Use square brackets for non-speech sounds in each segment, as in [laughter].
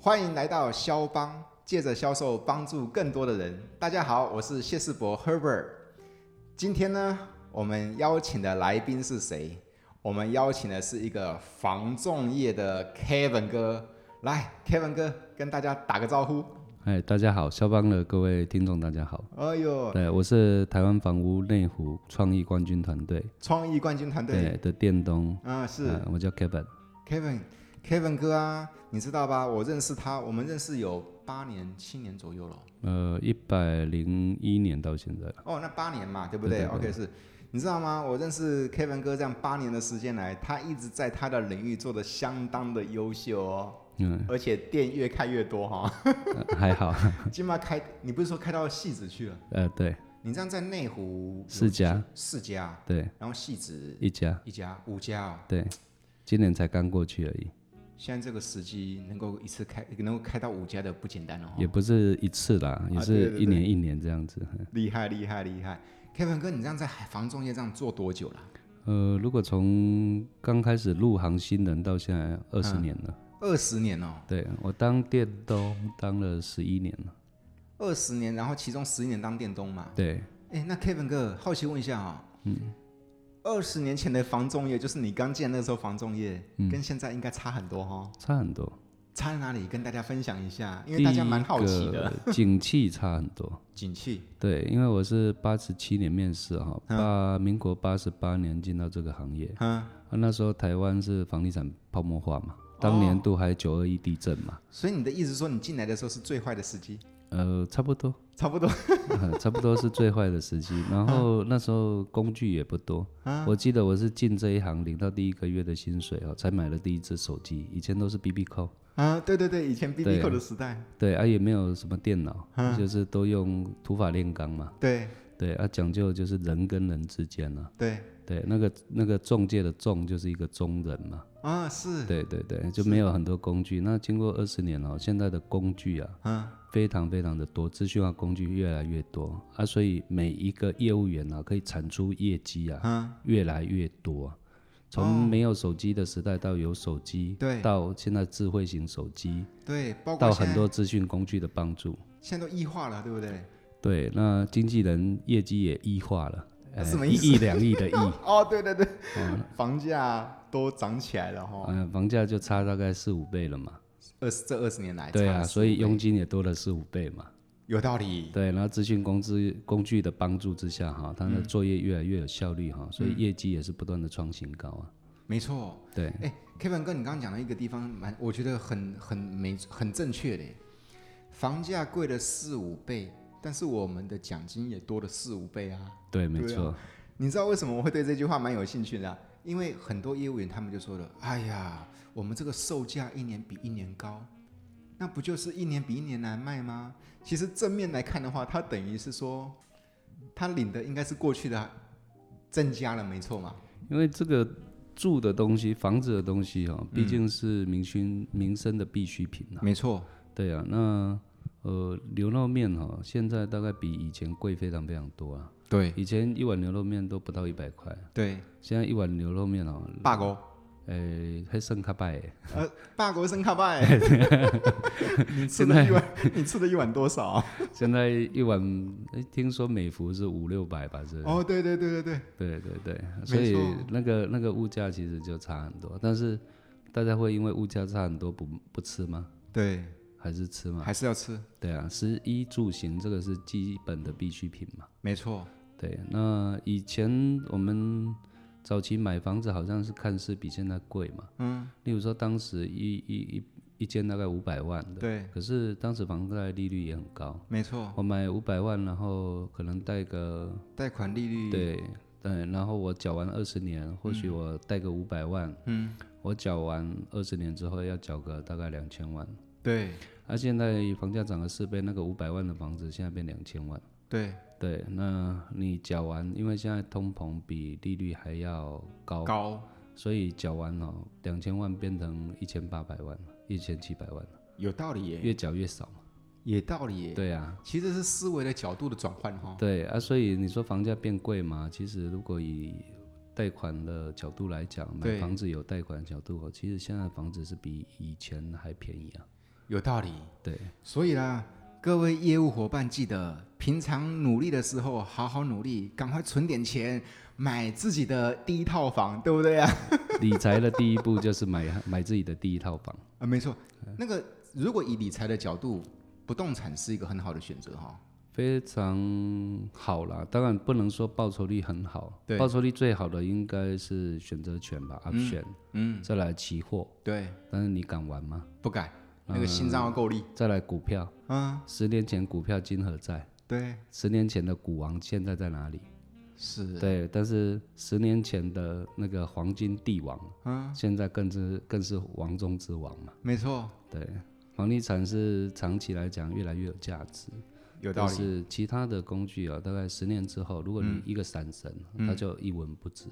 欢迎来到肖邦，借着销售帮助更多的人。大家好，我是谢世博 Herbert。今天呢，我们邀请的来宾是谁？我们邀请的是一个防重业的 Kevin 哥。来，Kevin 哥跟大家打个招呼。哎，大家好，肖邦的各位听众，大家好。哎呦，对，我是台湾房屋内湖创意冠军团队创意冠军团队，对的店东，嗯，是呃我叫 Kevin。 Kevin。Kevin 哥啊，你知道吧？我认识他，我们认识有八年、七年左右了。呃，一百零一年到现在了，哦，那八年嘛，对不对对对 o k 是。你知道吗？我认识 Kevin 哥这样八年的时间来，他一直在他的领域做的相当的优秀哦，嗯，而且店越开越多哈、呃 [laughs] 还好，今麦开，你不是说开到戏子去了？呃，对，你这样在内湖有四家，四家，对，然后戏子一家，一家，五家哦。对，今年才刚过去而已，现在这个时机能够一次开，能够开到五家的不简单哦。啊也不是一次啦，也对是对一年一年这样子。厉害厉害厉害！Kevin 哥，你这样在房仲业这样做多久了？呃，如果从刚开始入行新人到现在二啊十年了，二十年哦，对我当店东当了十一年了，二十年，然后其中十一年当店东嘛。对，哎，那 Kevin 哥，好奇问一下啊、嗯，二十年前的房仲业，就是你刚进那时候房仲业，嗯跟现在应该差很多哦。差很多。差在哪里？跟大家分享一下，因为大家蛮好奇的。，景气差很多。景气，对，因为我是八十七年面试哈，八民国八十八年进到这个行业，嗯，啊那时候台湾是房地产泡沫化嘛，当哦年度还九二一地震嘛，所以你的意思说，你进来的时候是最坏的时机，呃，差不多，差不多。啊差不多是最坏的时期。然后嗯那时候工具也不多，我记得我是进这一行领到第一个月的薪水哦，才买了第一只手机，以前都是 BB 扣，啊，对对对，以前 B 对 B 啊扣的时代，对啊，也没有什么电脑，嗯就是都用土法炼钢嘛，对对啊，讲究就是人跟人之间啊。对对，那个那个中介的中就是一个中人嘛，啊，是，对对对，就没有很多工具。那经过二十年哦，现在的工具啊，嗯，非常非常的多，资讯化工具越来越多啊，所以每一个业务员啊，可以产出业绩啊，嗯，越来越多。啊从没有手机的时代到有手机，哦对到现在智慧型手机，对，包括到现很在多资讯工具的帮助。现在都异化了，对不对？对，那经纪人业绩也异化了，呃什么一意思亿两亿的亿。哦，对对对，房价都涨起来了哈，嗯，房价就差大概四五倍了嘛。二十这二十年来，对啊，所以有佣金也多了四五倍嘛。有道理，对，然后资讯工具工具的帮助之下哈，它嗯的作业越来越有效率哈，所以业绩也是不断的创新高啊。没错。对，哎，Kevin 哥，你刚刚讲到一个地方蛮，我觉得很很没很正确的耶，房价贵了四五倍，但是我们的奖金也多了四五倍啊。对，没对啊错，你知道为什么我会对这句话蛮有兴趣的啊、因为很多业务员他们就说了：“哎呀，我们这个售价一年比一年高，那不就是一年比一年难卖吗？”其实正面来看的话，他等于是说，他领的应该是过去的增加了，没错嘛。因为这个住的东西、房子的东西嗯哈，毕竟是民生民生的必需品啊。没错，对啊，那呃牛肉面哈，现在大概比以前贵非常非常多啊。对以前一碗牛肉面都不到一百块，对，现在一碗牛肉面哦，八国。诶，还剩卡拜。呃，霸国生卡 [laughs] 拜，你吃的一碗，你吃的一碗多少啊？现在一碗，诶听说美孚是五六百吧，是？哦，对对对对对，对对对，错所以那个那个物价其实就差很多，但是大家会因为物价差很多不不吃吗？对，还是吃吗？还是要吃，对啊，食衣住行这个是基本的必需品嘛。没错，对，那以前我们早期买房子好像是看似比现在贵嘛，嗯，例如说当时一一一一间大概五百万的，对，可是当时房贷利率也很高，没错，我买五百万，然后可能贷个贷款利率，对对，然后我缴完二十年，或许我贷个五百万，嗯，我缴完二十年之后要缴个大概两千万，对而、现在房价涨了四倍，那个五百万的房子现在变两千万，对，对，那你缴完，因为现在通膨比利率还要高，高所以缴完哦，两千万变成一千八百万，一千七百万，有道理耶，越缴越少嘛，也道理耶，对啊。其实是思维的角度的转换哈。对啊，所以你说房价变贵嘛？其实如果以贷款的角度来讲，买对房子有贷款的角度，其实现在房子是比以前还便宜啊。有道理。对，所以啦，各位业务伙伴，记得平常努力的时候，好好努力，赶快存点钱，买自己的第一套房，对不对啊？理财的第一步就是买 [laughs] 买自己的第一套房。啊，没错。那个，如果以理财的角度，不动产是一个很好的选择哈、非常好啦，当然不能说报酬率很好，对报酬率最好的应该是选择权吧，option，、嗯，再来期货，对，但是你敢玩吗？不改，那个心脏要够力。再来股票，嗯，十年前股票金何在？对，十年前的股王现在在哪里？是，对，但是十年前的那个黄金帝王，嗯，现在更是更是王中之王嘛。没错，对，房地产是长期来讲越来越有价值，有道但理。嗯是其他的工具啊，大概十年之后，如果你一个闪神，它就一文不值。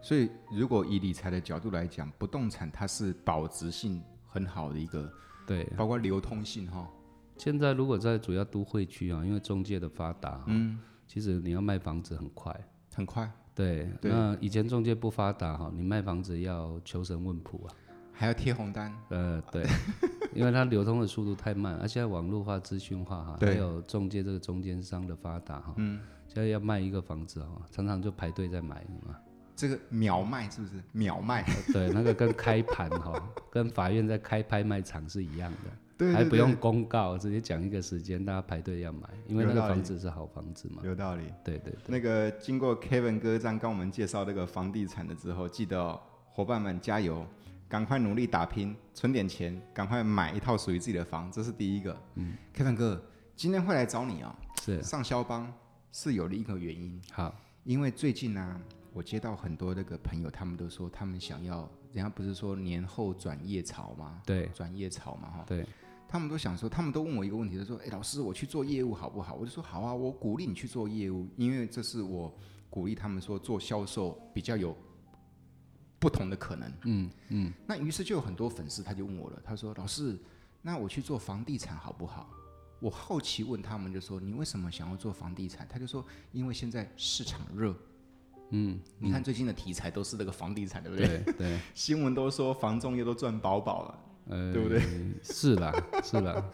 所以，如果以理财的角度来讲，不动产它是保值性很好的一个，对，包括流通性哈、现在如果在主要都会区啊，因为中介的发达，嗯，其实你要卖房子很快。很快，对，对那以前中介不发达哈，你卖房子要求神问卜啊。还要贴红单。呃，对， [laughs] 因为它流通的速度太慢，而、现在网络化、资讯化哈，还对有中介这个中间商的发达哈，嗯，现在要卖一个房子哈，常常就排队在买嘛， [laughs] 这个秒卖是不是？秒卖，呃对，那个跟开盘 [laughs] 哈，跟法院在开拍卖场是一样的，对 [laughs] 还对不对用公告，直接讲一个时间，大家排队要买，因为那有个道理房子是好房子嘛， [laughs] 有道理。对对那个经过 Kevin 哥这样跟我们介绍这个房地产的之后，记得、哦、伙伴们加油，赶快努力打拼，存点钱，赶快买一套属于自己的房，这是第一个。嗯，Kevin 哥今天会来找你哦，是上肖邦是有一个原因，好，因为最近呢、啊我接到很多那个朋友，他们都说他们想要，人家不是说年后转业潮吗？对转业潮嘛，哈，对他们都想说，他们都问我一个问题，他说：“哎，老师，我去做业务好不好？”我就说：“好啊，我鼓励你去做业务，因为这是我鼓励他们说做销售比较有不同的可能。”嗯嗯。那于是就有很多粉丝他就问我了，他说：“老师，那我去做房地产好不好？”我好奇问他们，就说：“你为什么想要做房地产？”他就说：“因为现在市场热。”嗯，你看最近的题材都是这个房地产，对不对？对对，新闻都说房仲业都赚饱饱了。呃，对不对？是啦， [laughs] 是啦。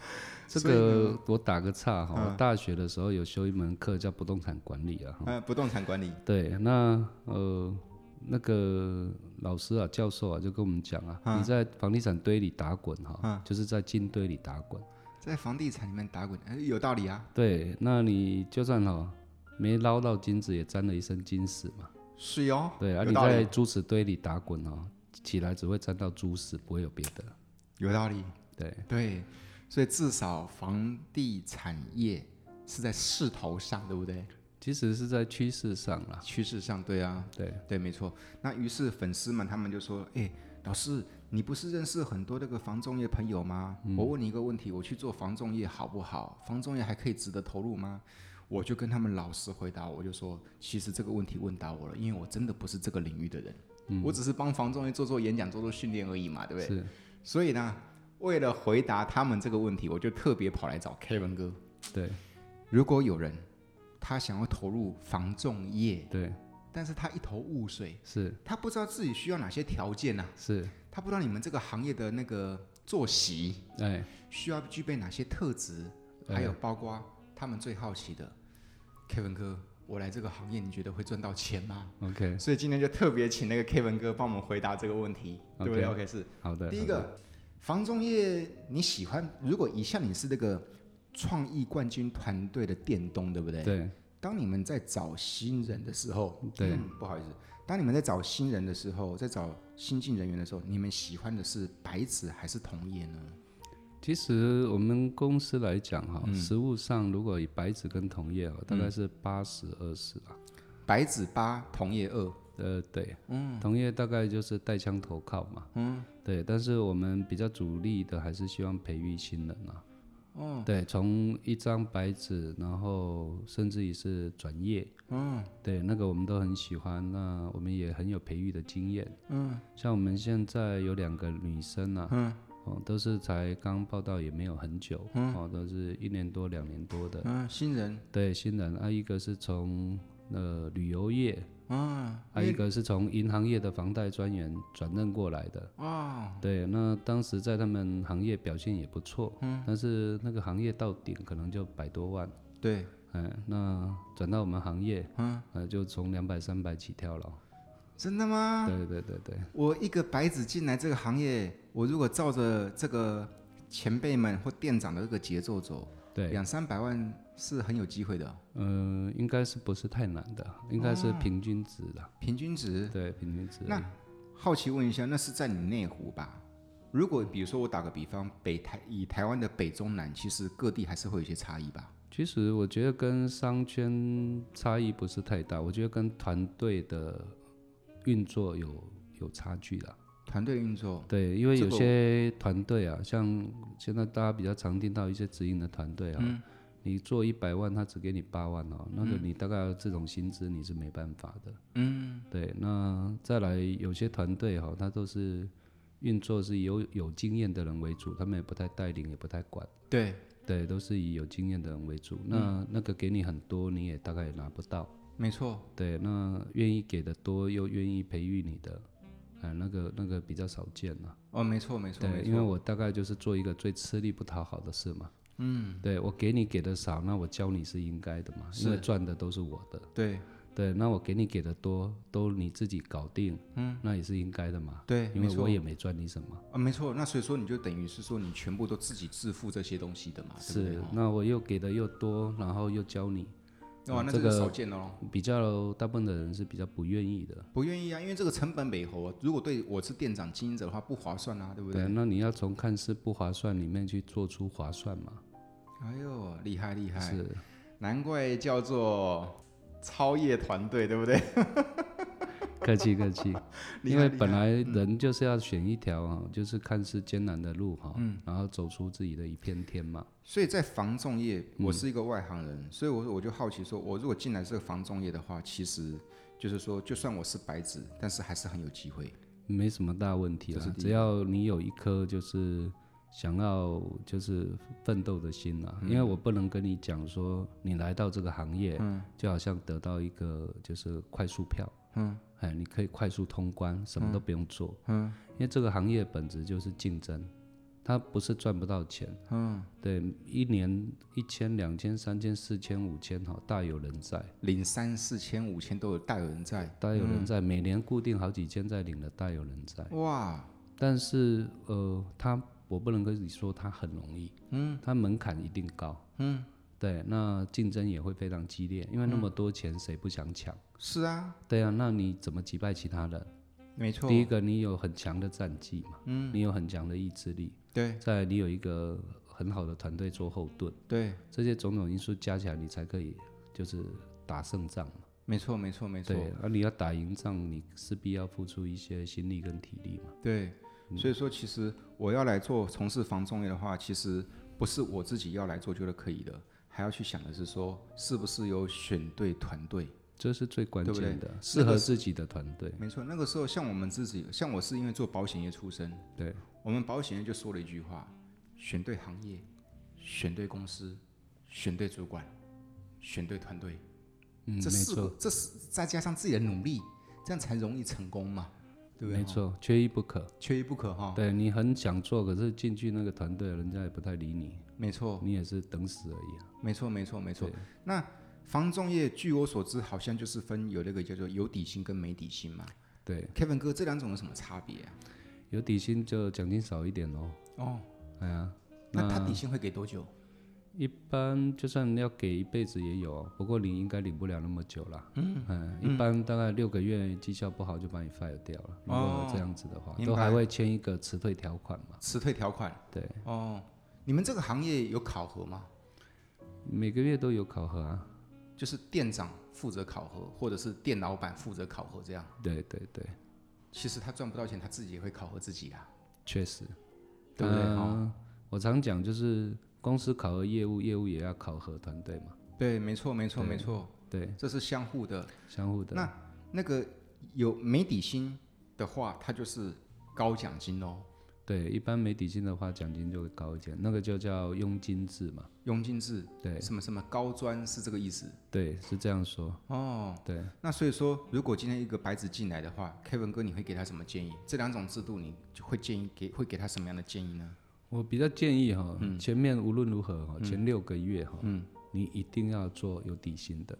这所以个我打个岔哈，我大学的时候有修一门课叫不动产管理啊。哈嗯、不动产管理，对，那呃，那个老师啊，教授啊，就跟我们讲嗯啊，你在房地产堆里打滚哈，就是在进堆里打滚。在房地产里面打滚，哎，有道理啊，对，那你就算哈没捞到金子，也沾了一身金屎嘛。是哟、对，而有你道在理，猪屎堆里打滚哦，起来只会沾到猪屎，不会有别的。有道理，对，对，所以至少房地产业是在势头上，对不对？其实是在趋势上啦。趋势上，对啊，对。对，没错。那于是粉丝们他们就说：“哎，老师，你不是认识很多那个房仲业朋友吗？我问你一个问题，我去做房仲业好不好？房仲业还可以值得投入吗？”我就跟他们老实回答，我就说：“其实这个问题问到我了，因为我真的不是这个领域的人，我只是帮房仲业做做演讲、做做训练而已嘛，对不对？是，所以呢，为了回答他们这个问题，我就特别跑来找 Kevin 哥。对如果有人他想要投入房仲业，对但是他一头雾水。”是他不知道自己需要哪些条件啊，是，他不知道你们这个行业的那个作息哎。需要具备哪些特质，哎还有包括他们最好奇的，Kevin 哥，我来这个行业，你觉得会赚到钱吗？ OK，所以今天就特别请那个 Kevin 哥帮我们回答这个问题，对不对 OK ？OK，是好的。第一好的，个，房仲业你喜欢？如果一向你是这个创意冠军团队的店东，对不对？对当你们在找新人的时候，对嗯不好意思，当你们在找新人的时候，在找新进人员的时候，你们喜欢的是白纸还是同业呢？其实我们公司来讲哈，实物上如果以白纸跟同业哈，大概是八十二十啊。白纸八，同业二，呃，对，嗯，同业大概就是带枪投靠嘛，嗯，对。但是我们比较主力的还是希望培育新人啊。哦，对，从一张白纸，然后甚至于是转业，嗯，对，那个我们都很喜欢，那我们也很有培育的经验，嗯，像我们现在有两个女生啊，嗯，哦，都是才刚报道也没有很久，嗯，哦，都是一年多两年多的，啊嗯，新人对，新人啊，一个是从呃旅游业嗯，还有一个是从银行业的房贷专员转任过来的。哦，对，那当时在他们行业表现也不错，嗯，但是那个行业到顶可能就百多万。对，哎，那转到我们行业，嗯，呃，就从两百、三百起跳了。真的吗？对对对对，我一个白纸进来这个行业，我如果照着这个前辈们或店长的这个节奏走，对，两三百万是很有机会的，嗯、应该是不是太难的，应该是平均值啦。平均值。对，平均值。那好奇问一下，那是在你内湖吧？如果比如说我打个比方，北台以台湾的北中南，其实各地还是会有一些差异吧？其实我觉得跟商圈差异不是太大，我觉得跟团队的运作有有差距啦。团队运作，对，因为这有个我些团队啊，像现在大家比较常听到一些直营的团队啊，嗯你做一百万，他只给你八万哦，那个你大概这种薪资你是没办法的。嗯，对，那再来有些团队哈、他都是运作是有有经验的人为主，他们也不太带领，也不太管。对，对，都是以有经验的人为主。那、嗯那个给你很多，你也大概也拿不到。没错，对，那愿意给的多，又愿意培育你的，哎，那个那个比较少见啊了、哦，没错，没错，对，没因为错，我大概就是做一个最吃力不讨好的事嘛。嗯，对我给你给的少，那我教你是应该的嘛，因为赚的都是我的。对，对，那我给你给的多，都你自己搞定，嗯，那也是应该的嘛。对没因为错我也没赚你什么。啊，没错。那所以说，你就等于是说，你全部都自己自负这些东西的嘛？对不对哦是，那我又给的又多，然后又教你，哦哇，那嗯这这个个少见的咯。比较大部分的人是比较不愿意的。不愿意啊，因为这个成本美猴啊，如果对我是店长经营者的话，不划算啊，对不对，对？那你要从看似不划算里面去做出划算嘛？哎呦，厉害厉害，是，难怪叫做超越团队，对不对？客气客 [laughs] 气，厉因害为厉本害嗯来人就是要选一条啊，就是看似艰难的路哈，嗯然后走出自己的一片天嘛。 [laughs] 所以在房仲业，我是一个外行人，所以我我就好奇说，我如果进来这个房仲业的话，其实就是说，就算我是白纸，但是还是很有机会。没什么大问题这是了，第一只要你有一颗就是想要就是奋斗的心啦、因为我不能跟你讲说你来到这个行业，就好像得到一个就是快速票，嗯，哎，你可以快速通关，什么都不用做，嗯，因为这个行业本质就是竞争，它不是赚不到钱，嗯，对，一年一千、两千、三千、四千、五千，哈，大有人在。领三四千、五千都有大有人在，大有人在，每年固定好几千在领的，大有人在。哇，但是呃，它我不能跟你说它很容易，嗯，它门槛一定高，嗯，对，那竞争也会非常激烈，因为那么多钱谁不想抢？是啊，对啊，那你怎么击败其他人？没错，第一个，你有很强的战绩嘛，嗯，你有很强的意志力，对再来你有一个很好的团队做后盾，对，这些种种因素加起来，你才可以就是打胜仗嘛。没错没错没错，对，而、你要打赢仗，你势必要付出一些心力跟体力嘛。对，嗯所以说其实我要来做从事房仲业的话，其实不是我自己要来做就可以的，还要去想的是说是不是有选对团队。这是最关对不对键的，适那合个自己的团队。没错，那个时候像我们自己，像我是因为做保险业出身，对，我们保险业就说了一句话：选对行业，选对公司，选对主管，选对团队。嗯，没这四错个，，这是再加上自己的努力，这样才容易成功嘛，对哦不对？没，错，缺一不可。缺一不可哈。对你很想做，可是进去那个团队，人家也不太理你，没错，你也是等死而已啊。没错，没错，没错对。那房仲业，据我所知，好像就是分有那个叫做有底薪跟没底薪嘛。对， Kevin 哥，这两种有什么差别啊？有底薪就奖金少一点喽。哦，哎呀，那他底薪会给多久？一般就算要给一辈子也有哦，不过你应该领不了那么久啦。嗯一般大概六个月绩效不好就把你 fire 掉了。如果这样子的话，哦明都还白会签一个辞退条款嘛。辞退条款。对，哦，你们这个行业有考核吗？每个月都有考核啊。就是店长负责考核，或者是店老板负责考核这样。对对对，其实他赚不到钱，他自己也会考核自己啊，确实。对不对？嗯哦，我常讲就是公司考核业务，业务也要考核团队嘛，对，没错，没错，对没错，对，这是相互的。相互的。那那个有没底薪的话，它就是高奖金哦。对，一般没底薪的话，奖金就会高一点，那个就叫佣金制嘛。佣金制，对什么什么高专是这个意思对，是这样说。哦。对，那所以说，如果今天一个白纸进来的话，Kevin 哥，你会给他什么建议？这两种制度，你就会建议给会给他什么样的建议呢？我比较建议哈，嗯前面无论如何哈，前六个月哈，你一定要做有底薪的。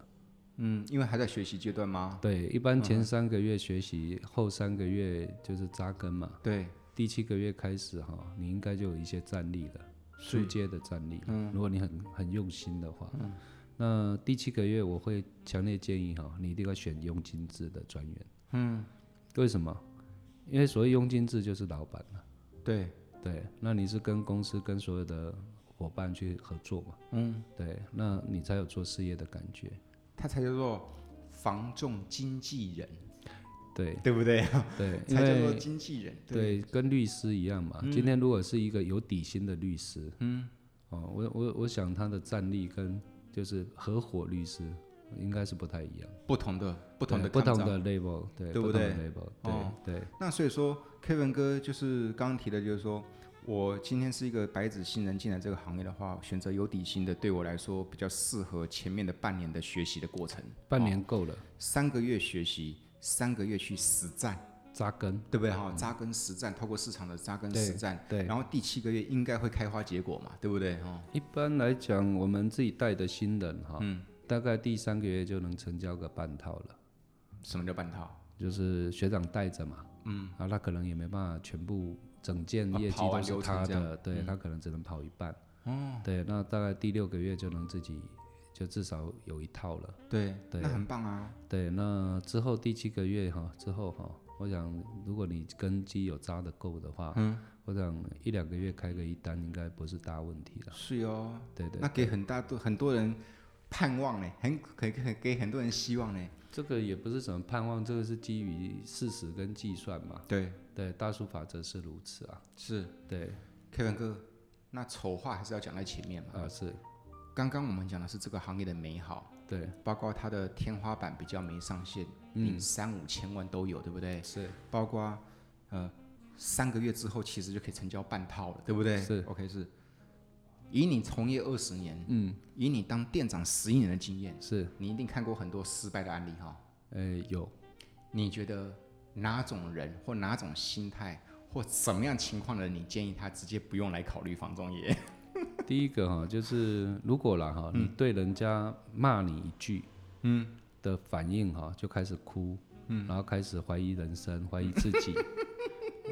嗯，因为还在学习阶段吗？对，一般嗯前三个月学习，后三个月就是扎根嘛。对，第七个月开始哈，你应该就有一些战力了，出街的战力。嗯，如果你很很用心的话，嗯那第七个月我会强烈建议哈，你一定要选佣金制的专员。嗯，为什么？因为所谓佣金制就是老板嘛，对，对，那你是跟公司跟所有的伙伴去合作嘛，嗯，对，那你才有做事业的感觉，他才叫做防重经纪人，对对不对？ [laughs] 对，因才叫做为经纪人。对，嗯对，跟律师一样嘛。今天如果是一个有底薪的律师，嗯，哦，我我我想他的战力跟就是合伙律师应该是不太一样，不同的不同的对不同抗战的 label，对，对不同对的 label，对、哦对那所以说，Kevin 哥就是刚刚提的，就是说我今天是一个白纸新人进来这个行业的话，选择有底薪的，对我来说比较适合前面的半年的学习的过程，半年够了，三个月学习，三个月去实战，扎根，对不对哈？扎根实战，透过市场的扎根嗯对实战，对。然后第七个月应该会开花结果嘛，对不对哈？一般来讲，我们自己带的新人哈，嗯大概第三个月就能成交个半套了，什么叫半套？就是学长带着嘛，嗯，啊，他可能也没办法全部整件啊业绩跑完都是流程他这嗯的，对他可能只能跑一半，哦，对，那大概第六个月就能自己就至少有一套了，对，对那很棒啊。对，那之后第七个月哈，之后哈，我想如果你根基有扎得够的话，嗯，我想一两个月开个一单应该不是大问题了，是哦，对对，那给很大多很多人盼望呢，很可给给很多人希望呢。这个也不是什么盼望，这个是基于事实跟计算嘛。对，对，大数法则是如此啊。是对， Kevin 哥，那丑话还是要讲在前面嘛。啊是，刚刚我们讲的是这个行业的美好，对包括它的天花板比较没上限，嗯，三五千万都有，对不对？是，包括呃三个月之后其实就可以成交半套了，对不对？是，OK 是。以你从业二十年，嗯，以你当店长十一年的经验，是，你一定看过很多失败的案例哈、呃有，你觉得哪种人或哪种心态或什么样情况的人，你建议他直接不用来考虑房仲业？第一个哈、就是如果啦哈、你对人家骂你一句，嗯，的反应哈、就开始哭，嗯，然后开始怀疑人生，怀疑自 [laughs] 己。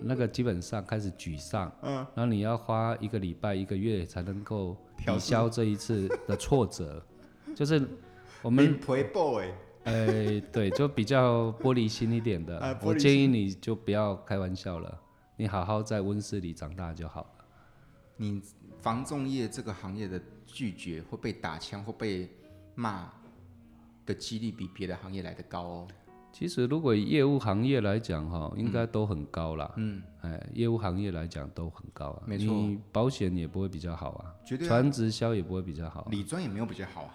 那个基本上开始沮丧，嗯，然后你要花一个礼拜、一个月才能够调抵试消这一次的挫 [laughs] 折，就是我我们 play boy，哎，对，就比较玻璃心一点 [laughs] 的，啊玻我璃建议你就不要开玩笑了，你好好在温室里长大就好了。你房仲业这个行业的拒绝或被打枪或被骂的几率比别的行业来的高哦。其实，如果以业务行业来讲，哈，应该都很高啦。嗯，哎，业务行业来讲都很高啊。没错你保险也不会比较好啊，绝对啊传直销也不会比较好啊。理专也没有比较好啊，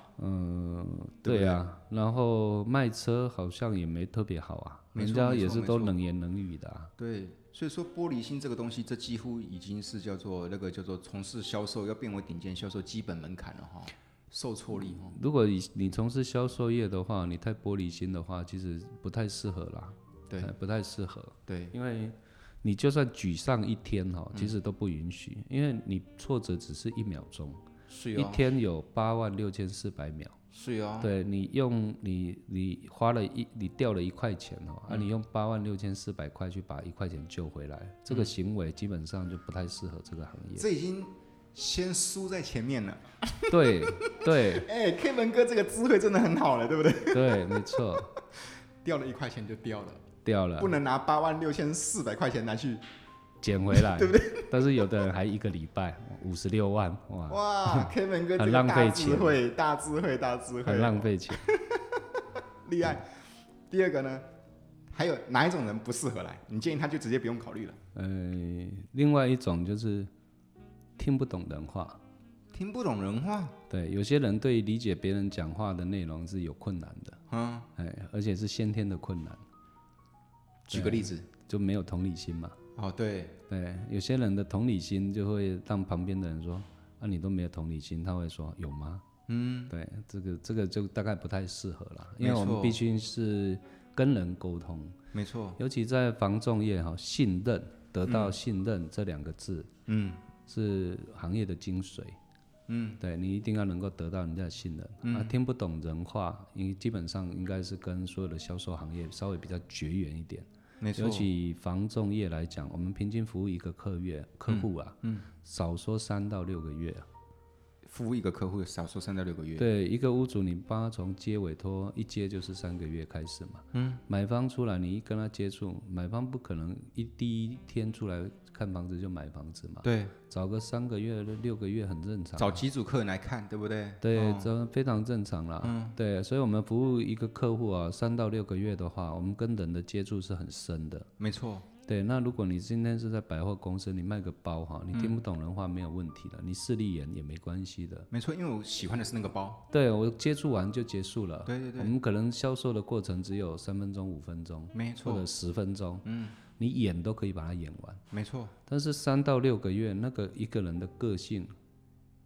对不对啊，然后卖车好像也没特别好啊，没人错家没也错是没都错冷言冷语的啊。对，所以说玻璃心这个东西，这几乎已经是叫做那个叫做从事销售要变为顶尖销售基本门槛了哈、受挫力哦哈、如果你你从事销售业的话，你太玻璃心的话，其实不太适合啦。对哎，不太适合。对，因为你就算沮丧一天哈、嗯其实都不允许，因为你挫折只是一秒钟，是一哦，天有八万六千四百秒，是哦，对你用你你花了一你掉了一块钱哦，嗯啊，你用八万六千四百块去把一块钱救回来，这嗯个行为基本上就不太适合这个行业。这已经先输在前面了。对对哎、k 文哥这个智慧真的很好了，对不对？对，没错，掉了一块钱就掉了，掉了不能拿八万六千四百块钱拿去，捡回 [laughs] 来，对不对？但是有的人还一个礼拜五十六万，哇，哦 [laughs] 哇 k 文哥这很个浪大费智钱慧，大智慧，大智很慧，浪费嗯钱。厉害。第二个呢，还有哪一种人不适合来？你建议他就直接不用考虑了，呃，另外一种就是听不懂人话。听不懂人话，对，有些人对理解别人讲话的内容是有困难的，嗯，哎，而且是先天的困难，举个例子，就没有同理心嘛。哦，对，对，有些人的同理心就会让旁边的人说：“啊，你都没有同理心。”他会说：“有吗？”嗯，对，这个这个就大概不太适合了，因为没我们错毕竟是跟人沟通，没错，尤其在防重业哈，信任得到信任这两个字，嗯，是行业的精髓。嗯，对你一定要能够得到人家的信任、嗯啊，听不懂人话，你基本上应该是跟所有的销售行业稍微比较绝缘一点。没错尤，其房仲业来讲，我们平均服务一个客月客户啊，嗯少说三到六个月啊、服务一个客户少说三到六个月，对，一个屋主你帮他从接委托一接就是三个月开始嘛。嗯。买方出来，你一跟他接触，买方不可能一第一天出来看房子就买房子嘛，对，找个三个月、六个月很正常。找几组客人来看，对不对？对，这非常正常啦。哦嗯，对，所以我们服务一个客户啊，三到六个月的话，我们跟人的接触是很深的。没错，对，那如果你今天是在百货公司，你卖个包哈，你听不懂人话没有问题的，你势利眼也没关系的。没错，因为我喜欢的是那个包，对我接触完就结束了。对对我对，们可能销售的过程只有三分钟、五分钟，没或错，者十分钟，嗯，你演都可以把它演完。没错，但是三到六个月，那个一个人的个性，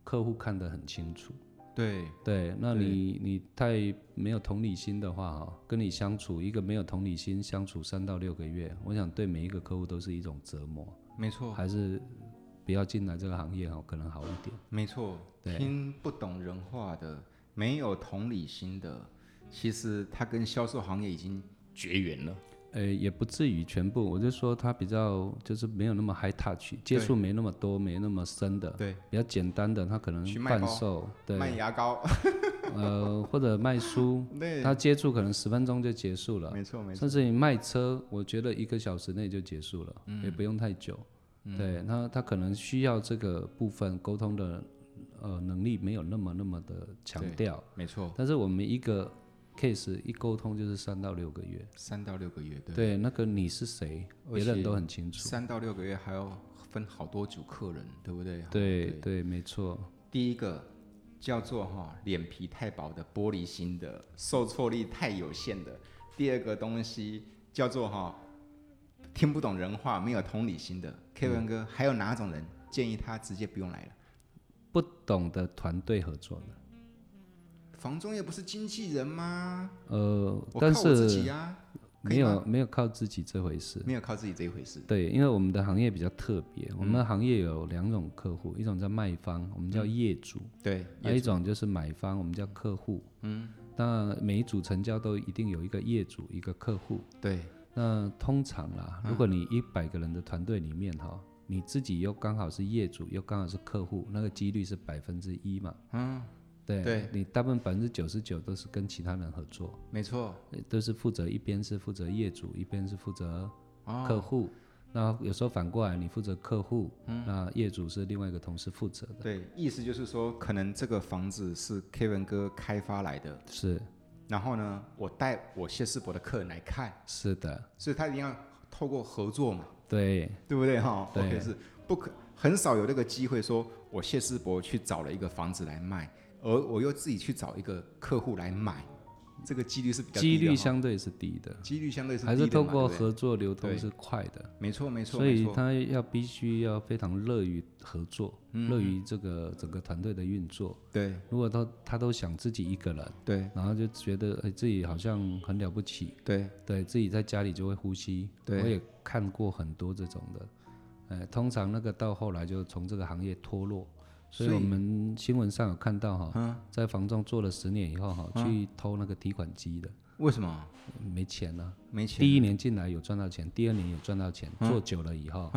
客户看得很清楚。对，对，那对你你太没有同理心的话，哈，跟你相处一个没有同理心相处三到六个月，我想对每一个客户都是一种折磨，没错，还是不要进来这个行业哈，可能好一点。没错，对听不懂人话的，没有同理心的，其实他跟销售行业已经绝缘了。呃，也不至于全部，我就说他比较就是没有那么 high touch，接触没那么多，没那么深的，对，比较简单的，他可能去卖贩包售，卖对，牙膏，呃，或者卖书， [laughs] 对，他接触可能十分钟就结束了， [laughs] 没错没错，甚至你卖车，我觉得一个小时内就结束了，嗯也不用太久。对，那他可能需要这个部分沟通的呃能力没有那么那么的强对调，没错，但是我们一个 case 一沟通就是三到六个月。三到六个月，对，对，那个你是谁，而别人且都很清楚。三到六个月还要分好多组客人，对不对？对对，没错，第一个叫做哈脸皮太薄的、玻璃心的、受挫力太有限的；第二个东西叫做哈听不懂人话、没有同理心的。Kevin 哥，还有哪种人建议他直接不用来了？不懂得团队合作的。房中也不是经纪人吗？呃，我但靠我自己是呀、可以没有没有靠自己这回事。没有靠自己这一回事。对，因为我们的行业比较特别，嗯我们的行业有两种客户，一种叫卖方，我们叫嗯业主；，对，还有一种就是买方，我们叫客户。嗯，那每一组成交都一定有一个业主，一个客户。对，那通常啦，嗯如果你一百个人的团队里面哈，你自己又刚好是业主，又刚好是客户，那个几率是百分之一嘛。嗯，对，对你大部分百分之九十九都是跟其他人合作，没错。呃都是负责一边是负责业主，一边是负责哦嗯客户。那有时候反过来，你负责客户，那业主是另外一个同事负责的。对，意思就是说，可能这个房子是 Kevin 哥开发来的，是然后呢，我带我谢世博的客人来看，是的，所以他一定要透过合作嘛，对对不对哈、对 o k 是不可很少有这个机会说，我谢世博去找了一个房子来卖，而我又自己去找一个客户来买，这个几率是比较低几的率哈相对是低的，几率相对是还低是的透嘛过对不对合作流通对是快的。没错没错，所以没错他要必须要非常乐于合作，嗯乐于这个整个团队的运作。对如果他他都想自己一个人，对然后就觉得哎自己好像很了不起，对对自己在家里就会呼吸。对我也看过很多这种的，呃，通常那个到后来就从这个行业脱落。所以所以嗯我们新闻上有看到哈，在房仲做了十年以后哈，去偷那个提款机的，为什么没钱啊了、没钱？啊嗯第一年进来有赚到钱，第二年有赚到钱，做久了以后，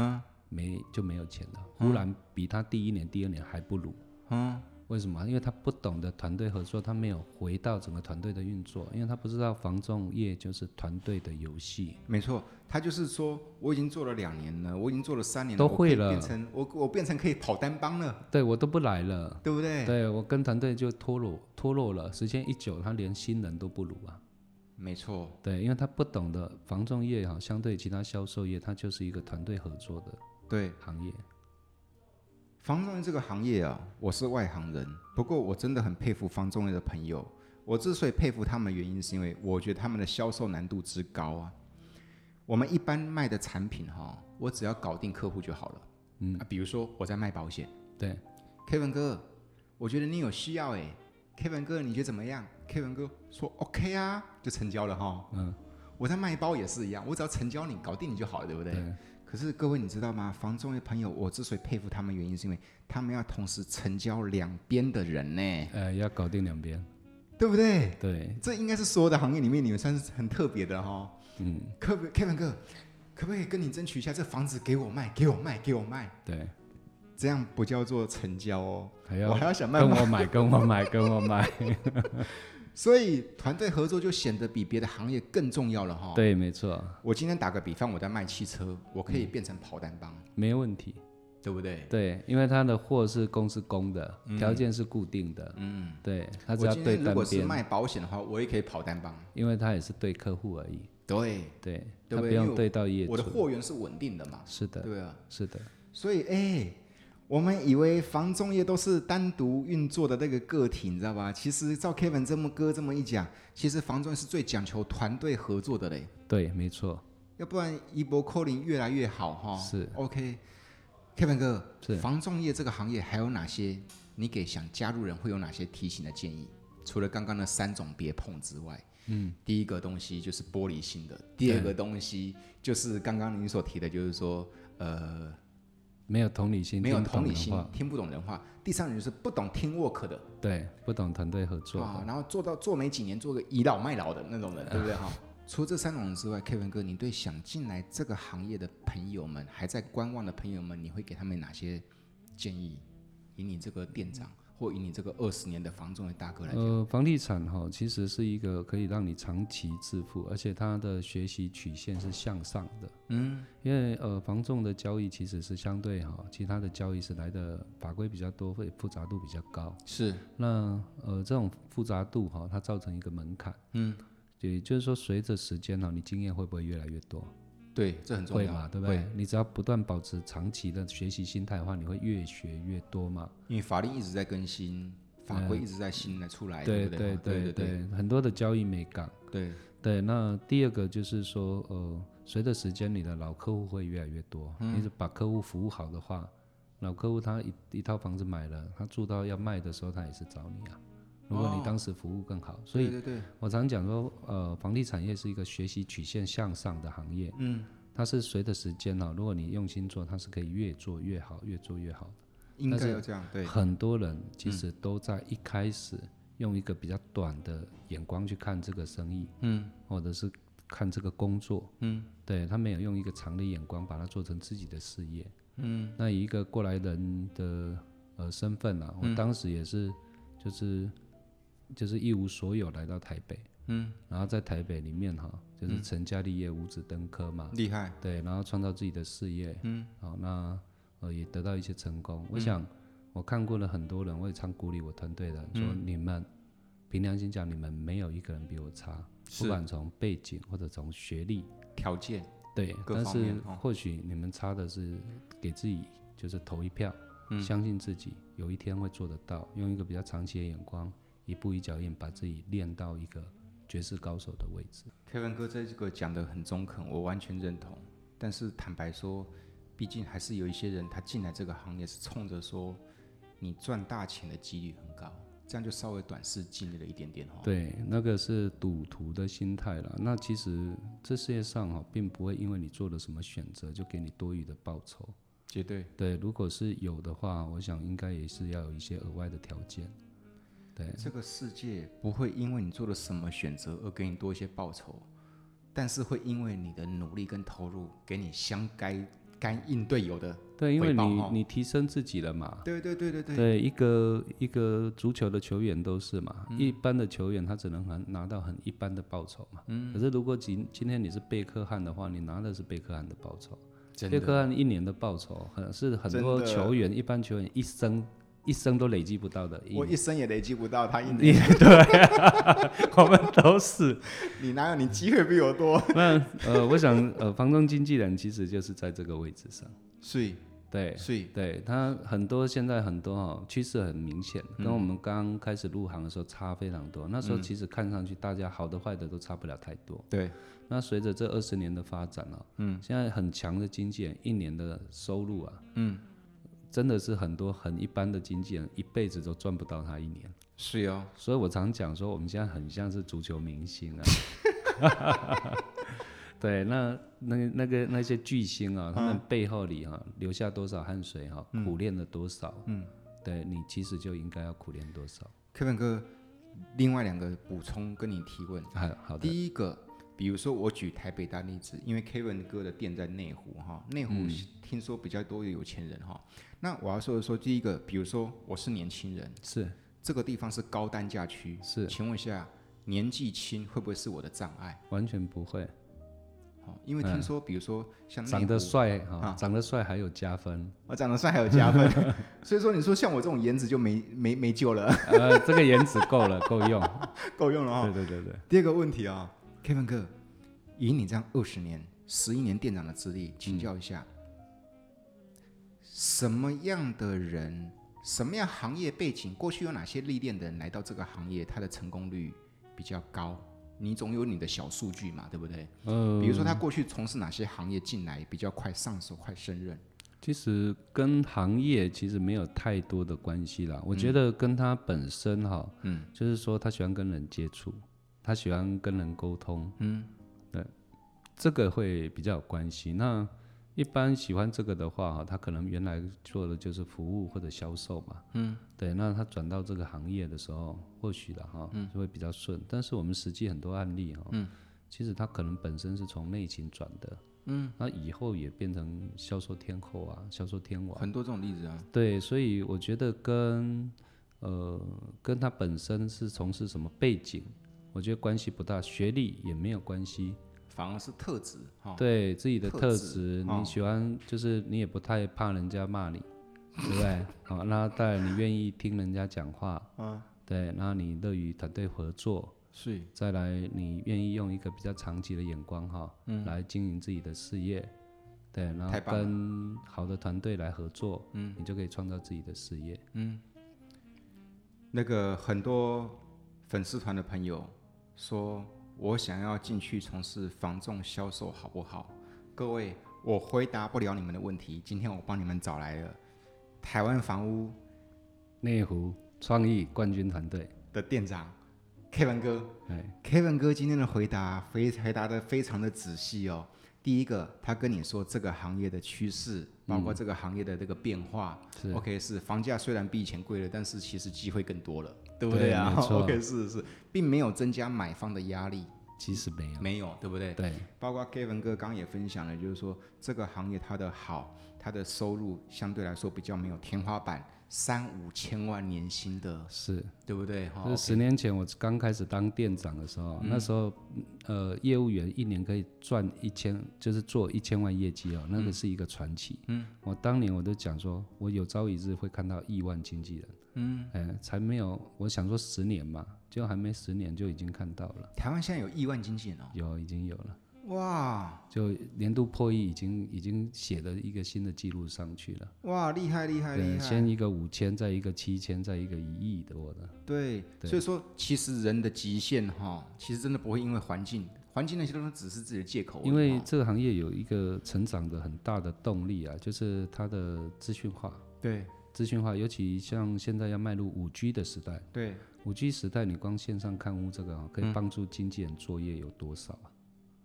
没就没有钱了。忽然比他第一年、第二年还不如，嗯为什么？因为他不懂得团队合作，他没有回到整个团队的运作，因为他不知道防重业就是团队的游戏。没错，他就是说我已经做了两年了，我已经做了三年了，都我可以会了变成我我变成可以跑单帮了，对我都不来了，对不对？对我跟团队就脱落脱落了，时间一久，他连新人都不如啊。没错，对，因为他不懂得防重业哈，相对其他销售业，它就是一个团队合作的对。行业。房仲业这个行业啊，我是外行人，不过我真的很佩服房仲业的朋友。我之所以佩服他们的原因，是因为我觉得他们的销售难度之高啊。我们一般卖的产品哈、我只要搞定客户就好了。嗯、啊，比如说我在卖保险对， ，Kevin 哥，我觉得你有需要哎，Kevin 哥你觉得怎么样？Kevin 哥说 OK 啊，就成交了哈。嗯，我在卖包也是一样，我只要成交你，搞定你就好了，对不对？对，可是各位你知道吗？房仲的朋友，我之所以佩服他们，原因是因为他们要同时成交两边的人呢，呃，要搞定两边，对不对？对，这应该是所有的行业里面你们算是很特别的哈、哦。嗯，可不，Kevin 哥，可不可以跟你争取一下这房子给我卖，给我卖，给我卖？对，这样不叫做成交哦，还我要还要想办跟法。我买，跟我买，跟我 [laughs] 买，所以团队合作就显得比别的行业更重要了哈、，对，没错，我今天打个比方，我在卖汽车，我可以变成跑单帮，没问题。对不对？对，因为他的货是公是公的，条件是固定的，嗯，对他我只要今对天如单果是边，卖保险的话，我也可以跑单帮。因为他也是对客户而已，对，对，对不他不对因为用对到业我的主，货源是稳定的嘛，是的，对啊。是的，所以，哎、我们以为房仲业都是单独运作的那个个体，你知道吧？其实照 Kevin 这么哥这么一讲，其实房仲业是最讲求团队合作的嘞，对，没错，要不然一波扣零越来越好哈。是，OK。Kevin 哥，是房仲业这个行业还有哪些？你给想加入人会有哪些提醒的建议？除了刚刚的三种别碰之外，嗯，第一个东西就是玻璃心的，第二个东西就是刚刚您所提的，就是说，呃，没有同理心，没有听不懂同理的心话，听不懂人话；第三种就是不懂听 work 的，对，不懂团队合作啊的，，嗯然后做到做没几年，做个倚老卖老的那种人，对不对哈？除了这三种人之外，Kevin 哥，你对想进来这个行业的朋友们，还在观望的朋友们，你会给他们哪些建议？以你这个店长，嗯或以你这个二十年的房仲的大哥来讲，呃，房地产哈、其实是一个可以让你长期致富，而且它的学习曲线是向上的。嗯，因为呃，房仲的交易其实是相对哈、其他的交易是来的法规比较多，会复杂度比较高。是那呃，这种复杂度哈、它造成一个门槛。嗯，也就是说，随着时间哈、你经验会不会越来越多？对，这很重会要嘛，对不会对？你只要不断保持长期的学习心态的话，你会越学越多嘛。因为法令一直在更新，法规一直在新的出来，嗯对不对哈？对对对，很多的交易美感。对，对，那第二个就是说，呃，随着时间，你的老客户会越来越多。嗯你是把客户服务好的话，老客户他一一套房子买了，他住到要卖的时候，他也是找你啊。如果你当时服务更好，所以哦对对对，我常讲说，呃，房地产业是一个学习曲线向上的行业。嗯，它是随着时间哦，如果你用心做，它是可以越做越好，越做越好的。应该但是要这样，对，嗯很多人其实都在一开始用一个比较短的眼光去看这个生意，嗯，或者是看这个工作，嗯，对他没有用一个长的眼光把它做成自己的事业，嗯，那以一个过来人的呃身份啊，我当时也是就是就是一无所有来到台北，嗯，然后在台北里面哈、就是成家立业、五子登科嘛，厉害，对，然后创造自己的事业，嗯，好，那呃也得到一些成功。我想我看过了很多人，我也常鼓励我团队的人说，你们凭良心讲，你们没有一个人比我差，不管从背景或者从学历，条件，对，各但方面是哦或许你们差的是给自己就是投一票，嗯相信自己有一天会做得到，用一个比较长期的眼光，一步一脚印把自己练到一个绝世高手的位置。 Kevin 哥这个讲的很中肯，我完全认同。但是坦白说，毕竟还是有一些人他进来这个行业是冲着说你赚大钱的几率很高，这样就稍微短视近利了一点点哦。，对，那个是赌徒的心态啦。那其实这世界上哈、并不会因为你做了什么选择就给你多余的报酬。绝对。对，如果是有的话，我想应该也是要有一些额外的条件。对，这个世界不会因为你做了什么选择而给你多一些报酬，但是会因为你的努力跟投入给你相该该应对有的。对，因为回报你哦你提升自己了嘛。对对对对对，对，一个一个足球的球员都是嘛，嗯一般的球员他只能很拿到很一般的报酬嘛。嗯可是如果今今天你是贝克汉的话，你拿的是贝克汉的报酬。真贝克的。汉一年的报酬，很是很多真的球员，一般球员一生一生都累积不到的。一我一生也累积不到他一你年，对，我们都是。你哪有你机会比我多？ [laughs] 那呃，我想呃，房东经纪人其实就是在这个位置上， [laughs] 睡对。睡，对他很多现在很多哦，趋势很明显，跟我们刚开始入行的时候差非常多。那时候其实看上去大家好的坏的都差不了太多。对，那随着这二十年的发展啊，嗯，现在很强的经纪人一年的收入啊，嗯，真的是很多很一般的经纪人一辈子都赚不到他一年。是哦，所以我常讲说，我们现在很像是足球明星啊。 [laughs] 对，那那那个那些巨星嗯啊，他们背后里哈、留下多少汗水哈、苦练了多少，嗯，对你其实就应该要苦练多少。 ，Kevin 哥，另外两个补充跟你提问。好好的，哎第一个，比如说我举台北大例子，因为 Kevin 哥的店在内湖哈，内嗯湖听说比较多的有钱人哈。那我要说的说，第一个，比如说我是年轻人，是这个地方是高单价区，是请问一下，年纪轻会不会是我的障碍？完全不会，哦，因为听说，比如说像内长得湖帅哈啊，长得帅还有加分，我长得帅还有加分， [laughs] 所以说你说像我这种颜值就没没没救了， [laughs] 呃， [laughs] 这个颜值够了，够用，够用了哈、对对对对，第二个问题啊、k e v i n 哥，以你这样二十年、十一年店长的资历，请教一下，嗯什么样的人、什么样行业背景，过去有哪些历练的人来到这个行业，他的成功率比较高？你总有你的小数据嘛，对不对？呃，比如说他过去从事哪些行业进来比较快上手、快胜任？其实跟行业其实没有太多的关系啦，我觉嗯得跟他本身哈，嗯，就是说他喜欢跟人接触，他喜欢跟人沟通，嗯，对，这个会比较有关系。那一般喜欢这个的话哈，他可能原来做的就是服务或者销售嘛，嗯，对，那他转到这个行业的时候，或许的哈，就会比较顺。但是我们实际很多案例哈，嗯，其实他可能本身是从内勤转的，那以后也变成销售天后啊，销售天王。很多这种例子啊，对，所以我觉得跟呃跟他本身是从事什么背景，我觉得关系不大，学历也没有关系。反而是特质哈、对自己的哦特特质质，哦你喜欢就是你也不太怕人家骂你，对不对？ [laughs] 好，那当然你愿意听人家讲话，嗯，对，然后你乐于团队合作，是再来，你愿意用一个比较长期的眼光哈，来经营自己的事业，对，然后嗯太棒了跟好的团队来合作，嗯，你就可以创造自己的事业。那个很多粉丝团的朋友说，我想要进去从事房仲销售，好不好？各位，我回答不了你们的问题，今天我帮你们找来了台湾房屋内湖创意冠军团队，的店长 Kevin 哥。哎， Kevin 哥今天的回答非回答的非常的仔细哦。第一个，他跟你说这个行业的趋势，包括这个行业的这个变化。是 OK，是房价虽然比以前贵了，但是其实机会更多了，对不对啊没 [laughs] 错？OK，是是，并没有增加买方的压力，其实没有，没有，对不对？对，包括 Kevin 哥刚刚也分享了，就是说这个行业它的好，它的收入相对来说比较没有天花板，三五千万年薪的，是。对不对？哈就是，十年前我刚开始当店长的时候，那时候呃业务员一年可以赚一千，就是做一千万业绩哦，那个是一个传奇。嗯，我当年我都讲说，我有朝一日会看到亿万经纪人。嗯，哎、才没有，我想说十年嘛，就还没十年就已经看到了，台湾现在有亿万经纪人哦，有已经有了，哇！就年度破亿已经已经写了一个新的记录上去了。哇，厉害厉害厉害！对，先一个五千，再一个七千，再一个一亿的我的。对，对所以说其实人的极限哈，其实真的不会因为环境，环境那些东西只是自己的借口而已哈。因为这个行业有一个成长的很大的动力啊，就是它的资讯化，对资讯化，尤其像现在要迈入五 G 的时代，对五 G 时代，你光线上看屋这个、啊、可嗯以帮助经纪人作业有多少啊？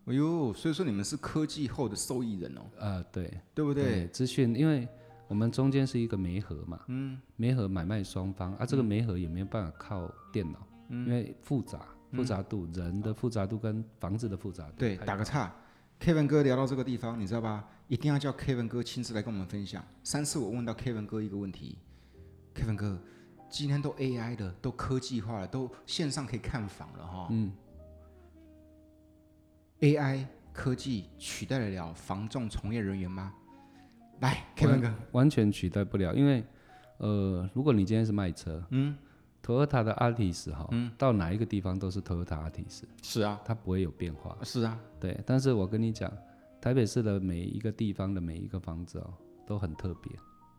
哎呦，所以说你们是科技后的受益人哦，嗯呃，对对不对？，资讯，因为我们中间是一个媒合嘛，嗯，媒合买卖双方啊，嗯这个媒合也没有办法靠电脑，因为复杂。复杂度，人的复杂度跟房子的复杂度，嗯对，打个岔，Kevin 哥聊到这个地方，你知道吧？一定要叫 Kevin 哥亲自来跟我们分享。三次我问到 Kevin 哥一个问题，Kevin 哥，今天都 AI 的，都科技化了，都线上可以看房了哈。嗯。AI 科技取代得了房仲从业人员吗？来，Kevin 哥，完全取代不了，因为呃，如果你今天是卖车，嗯，Toyota 的 Altis 哈，嗯到哪一个地方都是 Toyota Altis，是啊，它不会有变化。是啊，对，但是我跟你讲，台北市的每一个地方的每一个房子哦，都很特别，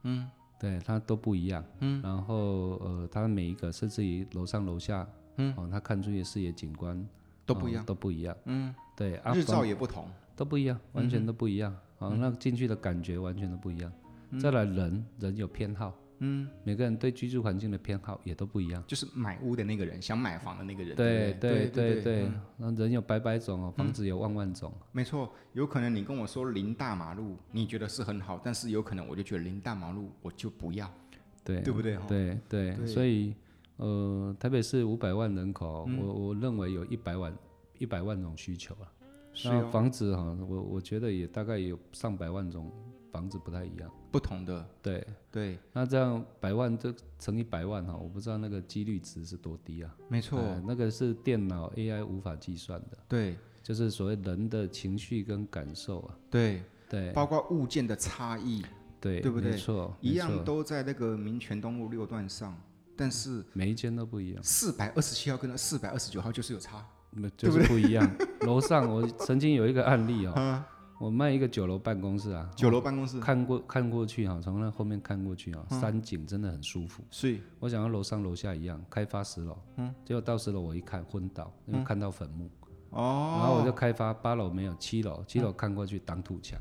嗯，对，它都不一样，嗯，然后呃，它每一个甚至于楼上楼下，嗯，哦，它看出去的视野景观都不一哦样。都不一样，嗯，对啊，日照也嗯不同，都不一样，完全都不一样啊、那进去的感觉完全都不一样。嗯再来人，人有偏好，嗯，每个人对居住环境的偏好也都不一样。就是买屋的那个人，想买房的那个人，对不对对对对，那人有百百种哦，房子有万万种。没错，有可能你跟我说临大马路，你觉得是很好，但是有可能我就觉得临大马路我就不要，对对不对？哈，对对对所以呃，台北市五百万人口，哦嗯我我认为有一百万一百万种需求啊。是那哦，房子哈、我我觉得也大概有上百万种房子不太一样。不同的，对，对，那这样百万就乘以百万哈、我不知道那个几率值是多低啊。没错，哎那个是电脑 AI 无法计算的，对就是所谓人的情绪跟感受啊。对，对包括物件的差异，对对不对没错，一没样错都在那个民权东路六段上，但是每一间都不一样。四百二十七号跟四百二十九号就是有差，那就是不 [laughs] 一样。楼上我曾经有一个案例嗯哦，我卖一个九楼办公室啊，九楼办公室，看过看过去哈、从那后面看过去啊、嗯山景真的很舒服。所以我想要楼上楼下一样，开发十楼，嗯，结果到十楼我一看昏倒，因为看到坟墓，嗯哦，嗯然后我就开发八楼没有，七楼，七楼看过去挡土墙，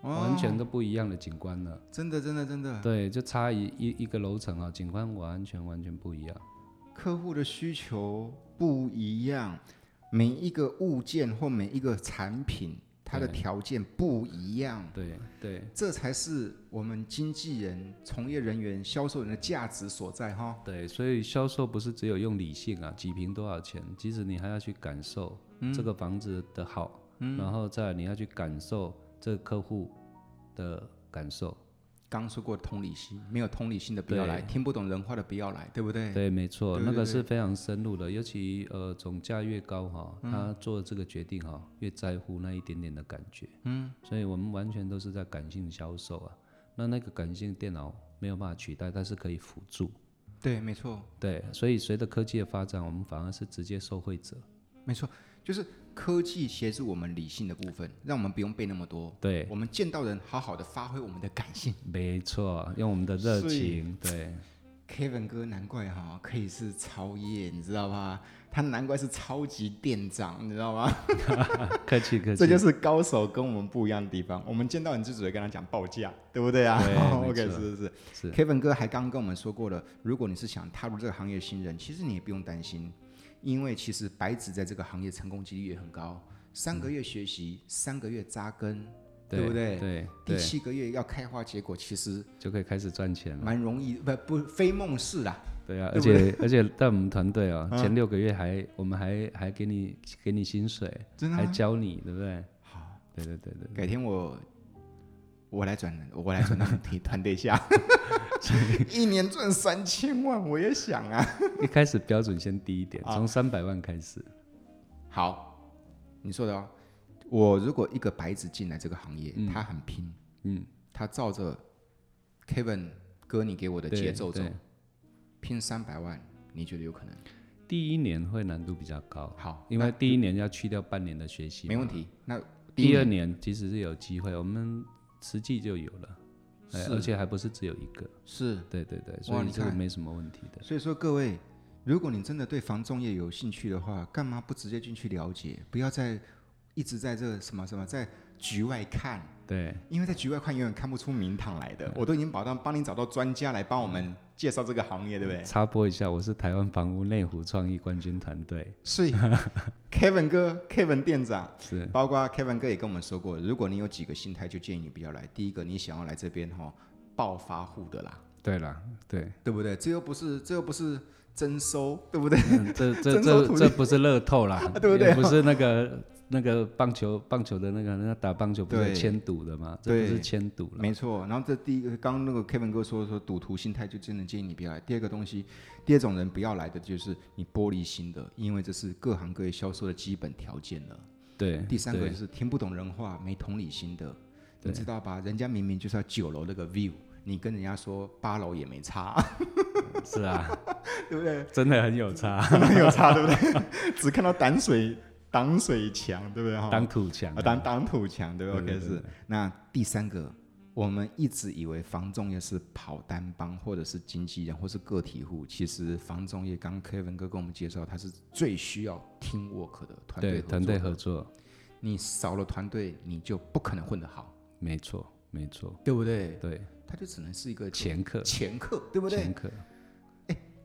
哦嗯完全都不一样的景观了。真的真的真的，对，就差一一一个楼层啊，景观完全完全不一样。客户的需求不一样，每一个物件或每一个产品，它的对条件不一样，对对这才是我们经纪人、从业人员、销售人的价值所在哈。对，所以销售不是只有用理性啊，几平多少钱，其实你还要去感受嗯这个房子的好，然后再来你要去感受这个客户的感受。刚说过同理心，没有同理心的不要对来，听不懂人话的不要来，对不对？对，没错，对对那个对是非常深入的，尤其呃总价越高哈、嗯他做这个决定哈、越在乎那一点点的感觉。嗯，所以我们完全都是在感性销售啊。那那个感性电脑没有办法取代，但是可以辅助。对，没错，对，所以随着科技的发展，我们反而是直接受惠者。没错，就是科技协助我们理性的部分，让我们不用背那么多。对，我们见到人，好好的发挥我们的感性。没错，用我们的热所以情，对 Kevin 哥，难怪哈、可以是超业，你知道吧？他难怪是超级店长，你知道吗？客气客气，这就是高手跟我们不一样的地方。我们见到你就只会跟他讲报价，对不对啊对 [laughs] 没？OK，错是是是。是 Kevin 哥还刚跟我们说过了，如果你是想踏入这个行业的新人，其实你也不用担心，因为其实白纸在这个行业成功几率也很高。三嗯个月学习，三个月扎根，对不对对对第七个月要开花结果，其实就可以开始赚钱了。蛮容易，不不非梦事啦。对啊，对而不对且而且在我们团队啊，前六个月还我们还还给你给你薪水，真的还吗？教你，对不对？啊好，对对对对， [laughs] 改天我我来转，我来转到你 [laughs] 团队下， [laughs] 一年赚三千万，我也想啊。 [laughs] 一开始标准先低一点，啊从三百万开始。好，你说的哦。我如果一个白纸进来这个行业，他很拼，嗯，他照着 Kevin 哥你给我的对节奏走对，拼三百万，你觉得有可能？第一年会难度比较高，好，因为第一年要去掉半年的学习那嘛，没问题。那第一第二年年其实是有机会，我们实际就有了，哎是而且还不是只有一个。是，对对对，所以你这个看没什么问题的。所以说各位，如果你真的对防重业有兴趣的话，干嘛不直接进去了解？不要再一直在这个什么什么在局外看。对因为在局外看永远看不出名堂来的，我都已经保障帮你找到专家来帮我们介绍这个行业，对不对？插播一下，我是台湾房屋内湖创意冠军团队，所以 [laughs] Kevin 哥，Kevin 店长，是包括 Kevin 哥也跟我们说过，如果你有几个心态，就建议你不要来。第一个，你想要来这边哈、暴发户的啦，对啦， [laughs] 对，对不对？这又不是这又不是征收，对不对？嗯这这征收这土，这不是乐透啦 [laughs] 对不对也不是那个那个棒球棒球的那个那个打棒球不对是签赌的吗？这不是对签赌了，没错。然后这第一个，刚刚那个 Kevin 哥说说赌徒心态，就真的建议你不要来。第二个东西，第二种人不要来的就是你玻璃心的，因为这是各行各业销售的基本条件了。对。第三个对就是听不懂人话、没同理心的，你对知道吧？人家明明就是要九楼那个 view，你跟人家说八楼也没差， [laughs] 是啊， [laughs] 对不对？真的很有 [laughs] 差，真的有差，对不对？只看到挡水挡水墙，对不对？哈，当土墙啊挡挡土墙，对不对对对？OK，对是。那第三个，我们一直以为房仲业是跑单帮，或者是经纪人，或是个体户。其实房仲业，刚刚 Kevin 哥跟我们介绍，他是最需要 teamwork 的团队合对作团队的合作，你少了团队，你就不可能混得好，没错，没错，对不对？对，他就只能是一个前客，前客，对不对前？客，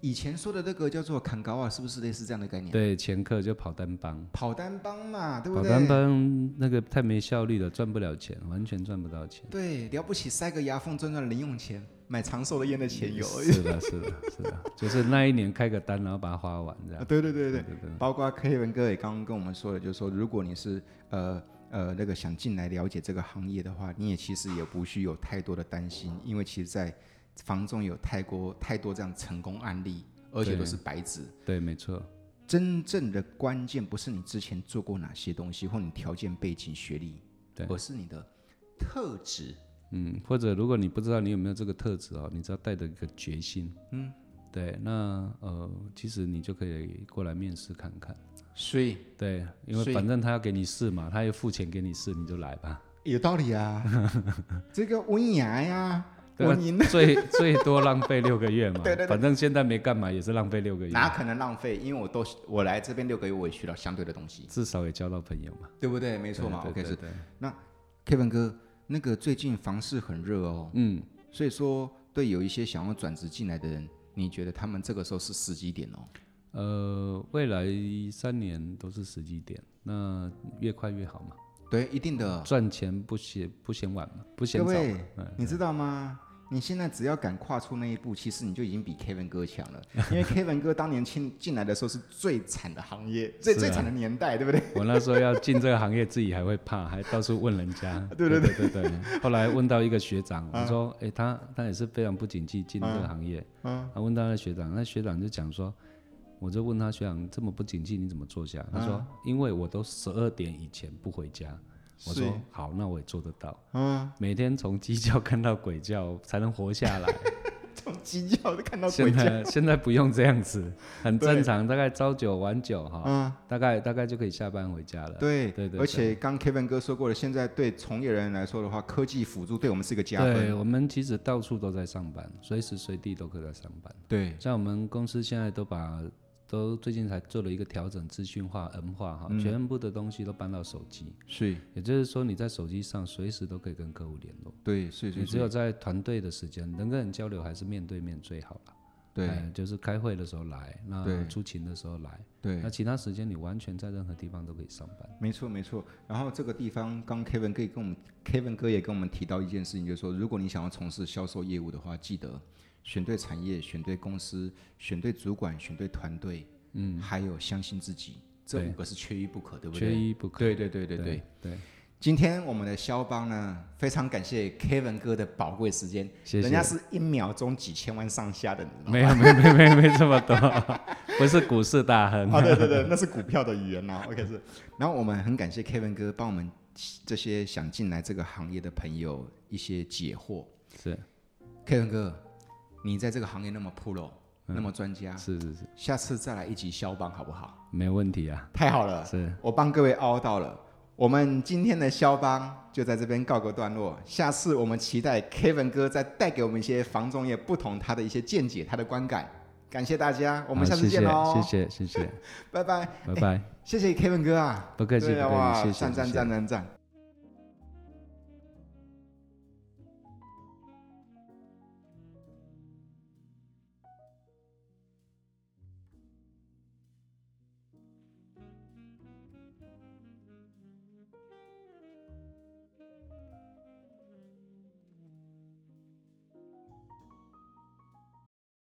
以前说的那个叫做砍高啊，是不是类似这样的概念？对，前客就跑单帮，跑单帮嘛，对不跑对？单帮那个太没效率了，赚不了钱，完全赚不到钱。对，了不起塞个牙缝赚赚零用钱，买长寿的烟的钱有。是的，是的，是的，就是那一年开个单，然后把它花完这样。 [laughs] 对对对对，啊对包括 Kevin 哥也刚刚跟我们说了，就是说如果你是呃呃那个想进来了解这个行业的话，你也其实也不需有太多的担心，因为其实，在房仲有太多太多这样成功案例，而且都是白纸。对，没错，真正的关键不是你之前做过哪些东西，或你条件、背景、学历，对而是你的特质。嗯，或者如果你不知道你有没有这个特质哦，你只要带着一个决心，嗯，对，那呃，其实你就可以过来面试看看。所以对，因为所以反正他要给你试嘛，他也付钱给你试，你就来 [laughs] 吧。有道理啊，这个温雅呀，对啊我赢，最最多浪费六个月嘛， [laughs] 对对对反正现在没干嘛，也是浪费六个月，哪可能浪费？因为我都我来这边六个月，我也学到相对的东西，至少也交到朋友嘛。对不对？没错嘛对，OK 对是对 Kevin 哥，那个最近房市很热哦，嗯，所以说对有一些想要转职进来的人，你觉得他们这个时候是时机点哦？呃，未来三年都是时机点，那越快越好嘛，对，一定的。赚钱不嫌不嫌晚嘛，不嫌各早嘛。位，你知道吗？你现在只要敢跨出那一步，其实你就已经比 Kevin 哥强了。 [laughs] 因为 Kevin 哥当年进进来的时候是最惨的行 [laughs] 业，最、是啊最惨的年代，对 [laughs] 不对？我那时候要进这个行业，自己还会怕，还到处问人家。 [laughs] 对啊对对对对。后来问到一个学长，我说：“诶，他他也是非常不景气进这个行业。”啊嗯。他问到那学长，那学长就讲说：“我就问他学长这么不景气，你怎么做下？”他啊说：“因为我都十二点以前不回家。”我是说：“好，那我也做得到。”嗯。每天从鸡叫看到鬼叫，才能活 [laughs] 下来。从鸡叫都看到鬼现叫，在现在不用这样子，很对正常，大概朝九晚九哈，大概大概就可以下班回家了。嗯对对对而且刚 Kevin 哥说过了，现在对从业人员来说的话，科技辅助对我们是一个加对分。我们其实到处都在上班，随时随地都可以在上班。对，像我们公司现在都把都最近才做了一个调整，资讯化、M 化嗯哈，全部的东西都搬到手机。是，也就是说，你在手机上随时都可以跟客户联络。对，是，你是，只是，有在团队的时间，人跟人交流还是面对面最好了。对，哎就是开会的时候来，那对出勤的时候来，对那。其他时间你完全在任何地方都可以上班。没错没错，然后这个地方，刚 Kevin 可以跟我们 Kevin 哥也跟我们提到一件事情，就是说，如果你想要从事销售业务的话，记得选对产业、选对公司、选对主管、选对团队，嗯，还有相信自己，这对五个是缺一不可，对不对？缺一不可。对对对对对。对，今天我们的肖邦呢，非常感谢 Kevin 哥的宝贵时间，谢谢人家是一秒钟几千万上下的，你知道吗？没有没有没有没有没这么多， [laughs] 不是股市大亨。啊，对对对，那是股票的语言呐、OK 是，然后我们很感谢 Kevin 哥帮我们这些想进来这个行业的朋友一些解惑。是 Kevin 哥，你在这个行业那么 pro，、那么专家，嗯是是是，下次再来一集肖邦好不好？没问题啊。太好了，是， [laughs] 我帮各位凹到了。我们今天的肖邦就在这边告个段落，下次我们期待 Kevin 哥再带给我们一些房仲业不同他的一些见解，他的观感。感谢大家，我们好下次见喽，谢谢谢谢谢谢，拜拜，拜拜， [laughs] 谢谢 Kevin 哥啊。不客气对啊不客哇气，谢谢赞赞谢谢赞赞赞！